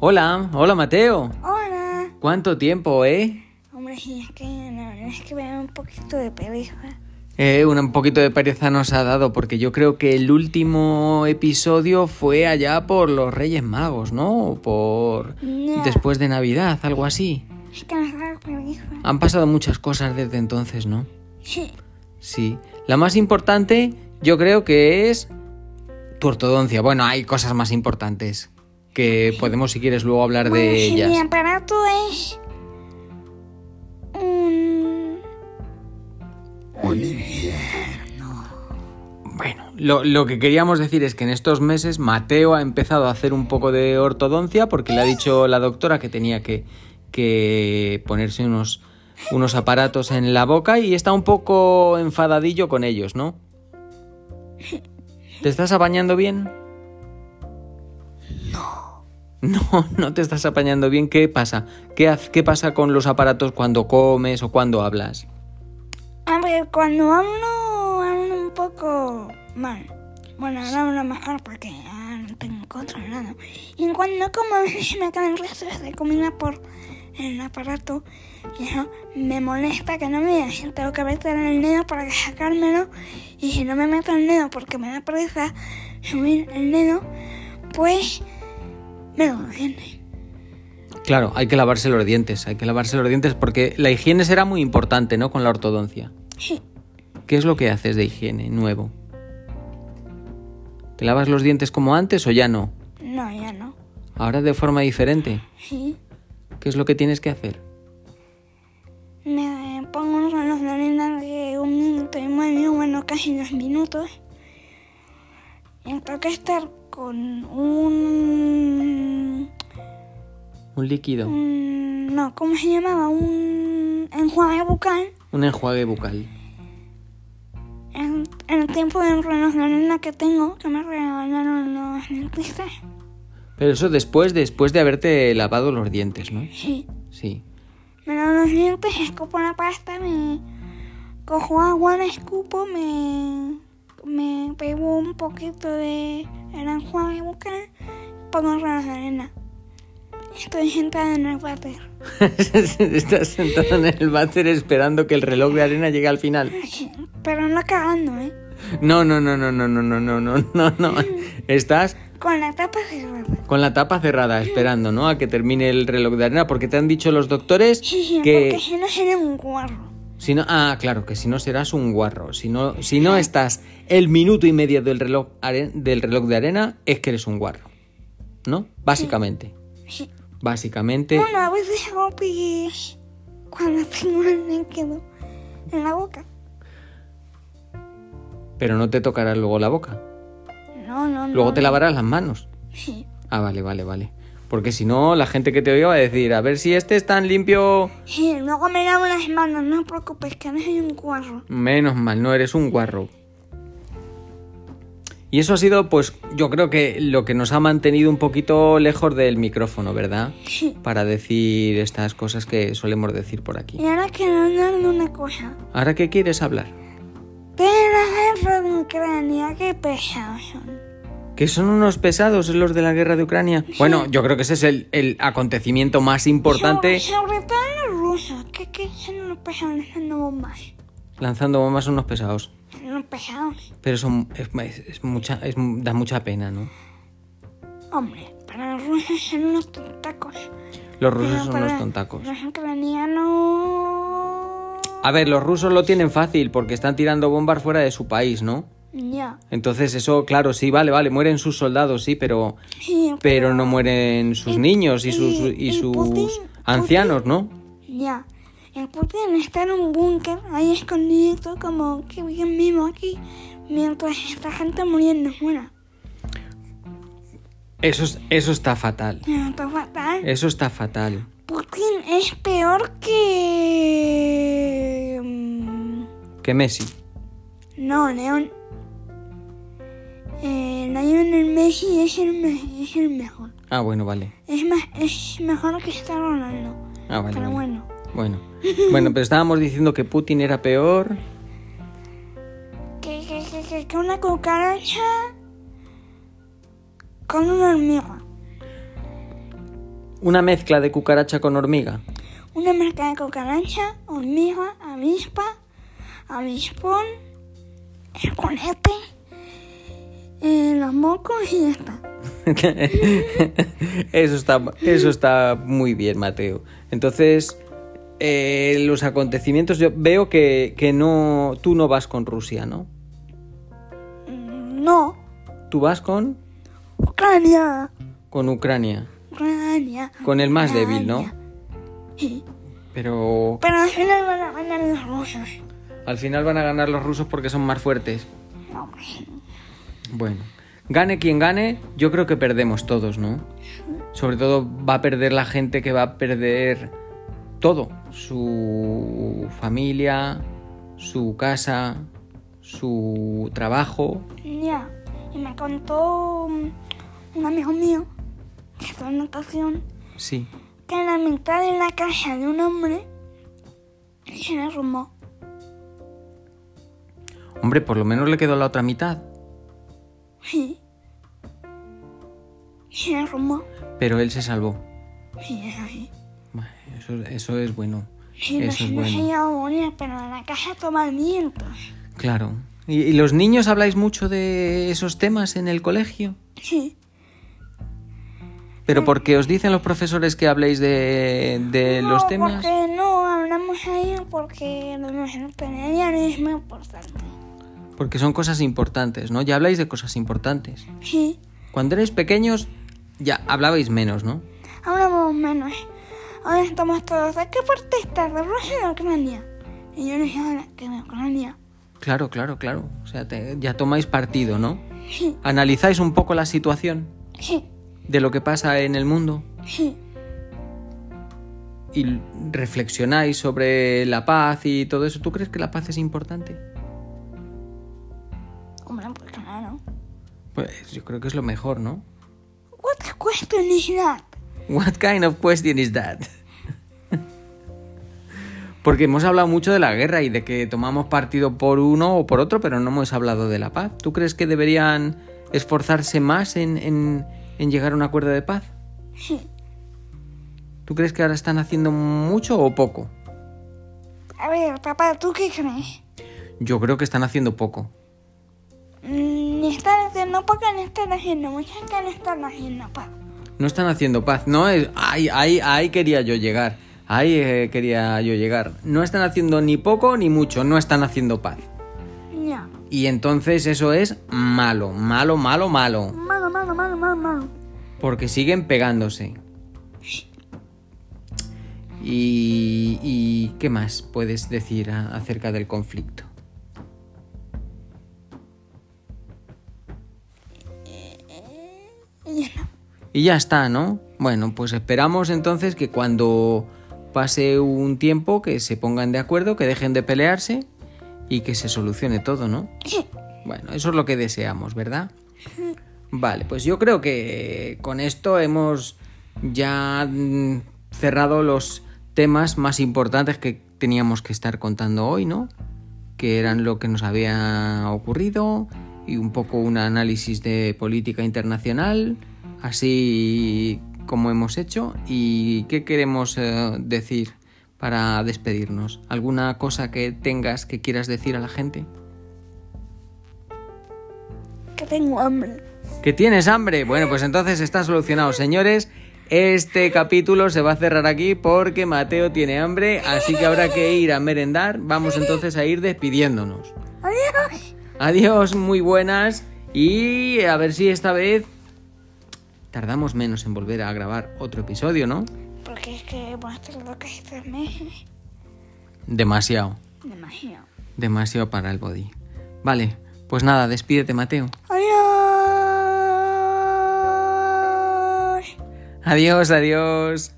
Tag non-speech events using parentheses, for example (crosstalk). Hola, hola Mateo. Hola. ¿Cuánto tiempo, eh? Hombre, sí, es que la verdad es que me da un poquito de pereza. Eh, un poquito de pereza nos ha dado porque yo creo que el último episodio fue allá por los Reyes Magos, ¿no? O Por No. después de Navidad, algo así. Es que me da pereza. Han pasado muchas cosas desde entonces, ¿no? Sí. Sí. La más importante yo creo que es tu ortodoncia. Bueno, hay cosas más importantes que podemos si quieres luego hablar Bueno, de si ellas. Mi aparato es un... Bueno, lo, lo que queríamos decir es que en estos meses Mateo ha empezado a hacer un poco de ortodoncia porque le ha dicho la doctora que tenía que, que ponerse unos, unos aparatos en la boca y está un poco enfadadillo con ellos, ¿no? ¿Te estás apañando bien? No. No, no te estás apañando bien. ¿Qué pasa? ¿Qué, haz- qué pasa con los aparatos cuando comes o cuando hablas? A ver, cuando hablo, hablo un poco mal. Bueno, ahora hablo mejor porque ya no tengo controlado. Y cuando como (laughs) a veces se me caen restos de comida por el aparato, y eso me molesta que no me dejen. Tengo que meter el dedo para sacármelo. Y si no me meto el dedo porque me da pereza subir el dedo, pues me lo dejen. Claro, hay que lavarse los dientes, hay que lavarse los dientes porque la higiene será muy importante, ¿no? Con la ortodoncia. Sí. ¿Qué es lo que haces de higiene nuevo? ¿Te lavas los dientes como antes o ya no? No, ya no. Ahora de forma diferente. Sí. ¿Qué es lo que tienes que hacer? Me pongo un reloj de arena de un minuto y medio, bueno, casi dos minutos. Y tengo que estar con un, Un líquido, un- No, ¿cómo se llamaba? Un enjuague bucal un enjuague bucal. en, en el tiempo del reloj de arena que tengo, que me regalaron los dentistas. Pero eso después, después de haberte lavado los dientes, ¿no? Sí. Sí. (laughs) Me lavo los dientes, (laughs) escupo la pasta, me cojo agua, la escupo, me, me pego un poquito de el enjuague bucal, pongo ranas de arena. Estoy sentada en el váter. Estás sentado en el váter esperando que el reloj de arena llegue al final. Pero no cagando, ¿eh? No, no, no, no, no, no, no, no, no, no, no. Estás Con la tapa cerrada. Con la tapa cerrada, esperando, ¿no? A que termine el reloj de arena, porque te han dicho los doctores Sí, sí, que porque si no sería un guarro. si no, ah, claro, que si no serás un guarro, si no, si no estás el minuto y medio del reloj are- del reloj de arena es que eres un guarro, ¿no? Básicamente, Sí. básicamente, Bueno, a veces hago pis cuando tengo el líquido en la boca. pero no te tocarás luego la boca, No, no, no. luego te lavarás las manos. Sí. Ah, vale, vale, vale, porque si no la gente que te oiga va a decir, a ver si este es tan limpio. Sí, luego me lavo las manos, no os preocupéis, que no soy un cuarro. Menos mal, no eres un guarro. Y eso ha sido, pues, yo creo que lo que nos ha mantenido un poquito lejos del micrófono, ¿verdad? Sí. Para decir estas cosas que solemos decir por aquí. Y ahora quiero hablar de una cosa. ¿Ahora qué quieres hablar? De la guerra de Ucrania, qué pesados son. Que son unos pesados los de la guerra de Ucrania. Bueno, yo creo que ese es el, el acontecimiento más importante. Sobre, sobre todo los rusos, que, que son unos pesados lanzando bombas. Lanzando bombas son unos pesados. Son unos pesados. Pero son, es, es- es mucha, es- da mucha pena, ¿no? Hombre, para los rusos son unos tontacos. Los Pero rusos son para unos tontacos. Los ucranianos. A ver, los rusos lo tienen fácil porque están tirando bombas fuera de su país, ¿no? Ya. Entonces eso, claro, sí, vale, vale, mueren sus soldados, sí, pero, Sí, pero no mueren sus Y- niños y sus, y- y y sus Eh, Putin- ancianos, ¿no? Ya. El Putin está en un búnker ahí escondido como que bien vivo aquí mientras esta gente muriendo. Bueno, Eso, es- eso está fatal, no está fatal. eso está fatal. Putin es peor que... mm, Que Messi, No, León. Eh, Lionel Messi es el, me- es el mejor. ah, bueno, vale, Es, más, es mejor que está Ronaldo. ah, vale, Pero vale. bueno. (laughs) bueno, bueno, pero estábamos diciendo que Putin era peor, Que, que, que, que, que una cucaracha con una hormiga. Una mezcla de cucaracha con hormiga. Una marca de cucaracha, hormiga, avispa, avispón, el colete, eh, los mocos y esta. (laughs) eso, está, eso está muy bien, Mateo. Entonces, eh, los acontecimientos, yo veo que, que no, tú no vas con Rusia, ¿no? No, Tú vas con, Ucrania, con Ucrania, Ucrania. con el más débil, ¿no? Ucrania. Sí. Pero Pero al final van a ganar los rusos. al final van a ganar los rusos porque son más fuertes. Hombre, Bueno, gane quien gane, yo creo que perdemos todos, ¿no? Sobre todo va a perder la gente que va a perder todo. Su familia, su casa, su trabajo. Ya. Y me contó um, un amigo mío que está en natación Sí. que la mitad de la casa de un hombre se derrumbó. Hombre, por lo menos le quedó la otra mitad. Sí. Se derrumbó. Pero él se salvó. Sí, eso sí. Bueno, Eso, eso es bueno. Sí, no Eso se es no se bueno. iba a morir, pero la casa toma vientos. Claro. ¿Y- ¿Y los niños habláis mucho de esos temas en el colegio? Sí. Eh, ¿Pero porque os dicen los profesores que habléis de, de no, los temas? Porque no hablamos ahí porque lo de nuestra pelea es muy importante. Porque son cosas importantes, ¿no? Ya habláis de cosas importantes. Sí. Cuando erais pequeños ya hablabais menos, ¿no? Hablamos menos. Ahora estamos todos. ¿De qué parte está? ¿De Rusia o de Ucrania? Y yo les dije ahora que de Ucrania. Claro, claro, claro. O sea, te- ya tomáis partido, ¿no? Sí, Analizáis un poco la situación sí, de lo que pasa en el mundo sí, y l- reflexionáis sobre la paz y todo eso. ¿Tú crees que la paz es importante? Hombre, pues claro. Pues yo creo que es lo mejor, ¿no? What a question is that? What kind of question is that? Porque hemos hablado mucho de la guerra y de que tomamos partido por uno o por otro, pero no hemos hablado de la paz. ¿Tú crees que deberían esforzarse más en, en- en llegar a un acuerdo de paz? Sí. ¿Tú crees que ahora están haciendo mucho o poco? A ver, papá, ¿tú qué crees? Yo creo que están haciendo poco. Mm, Ni están haciendo poca ni están haciendo muchas que no están haciendo papá. No están haciendo paz. No es. Ahí, ahí, ahí quería yo llegar. Ahí eh, quería yo llegar. No están haciendo ni poco ni mucho. No están haciendo paz. Ya. Y entonces eso es malo, malo, malo, malo. Malo, malo, malo, malo, malo. Porque siguen pegándose. Y, y ¿qué más puedes decir a- acerca del conflicto? Y ya está. Y ya está, ¿no? Bueno, pues esperamos entonces que cuando pase un tiempo que se pongan de acuerdo, que dejen de pelearse y que se solucione todo, ¿no? Sí. Bueno, eso es lo que deseamos, ¿verdad? Vale, pues yo creo que con esto hemos ya mm, cerrado los temas más importantes que teníamos que estar contando hoy, ¿no? Que eran lo que nos había ocurrido y un poco un análisis de política internacional, así como hemos hecho. ¿Y qué queremos eh, decir para despedirnos? ¿Alguna cosa que tengas que quieras decir a la gente? Que tengo hambre. ¿Que tienes hambre? Bueno, pues entonces está solucionado, señores. Este capítulo se va a cerrar aquí porque Mateo tiene hambre, así que habrá que ir a merendar. Vamos entonces a ir despidiéndonos. Adiós. Adiós, muy buenas y a ver si esta vez tardamos menos en volver a grabar otro episodio, ¿no? Porque es que hemos tardado casi tres meses. Demasiado, Demasiado. demasiado para el body. Vale, pues nada, despídete Mateo. Adiós. Adiós, adiós.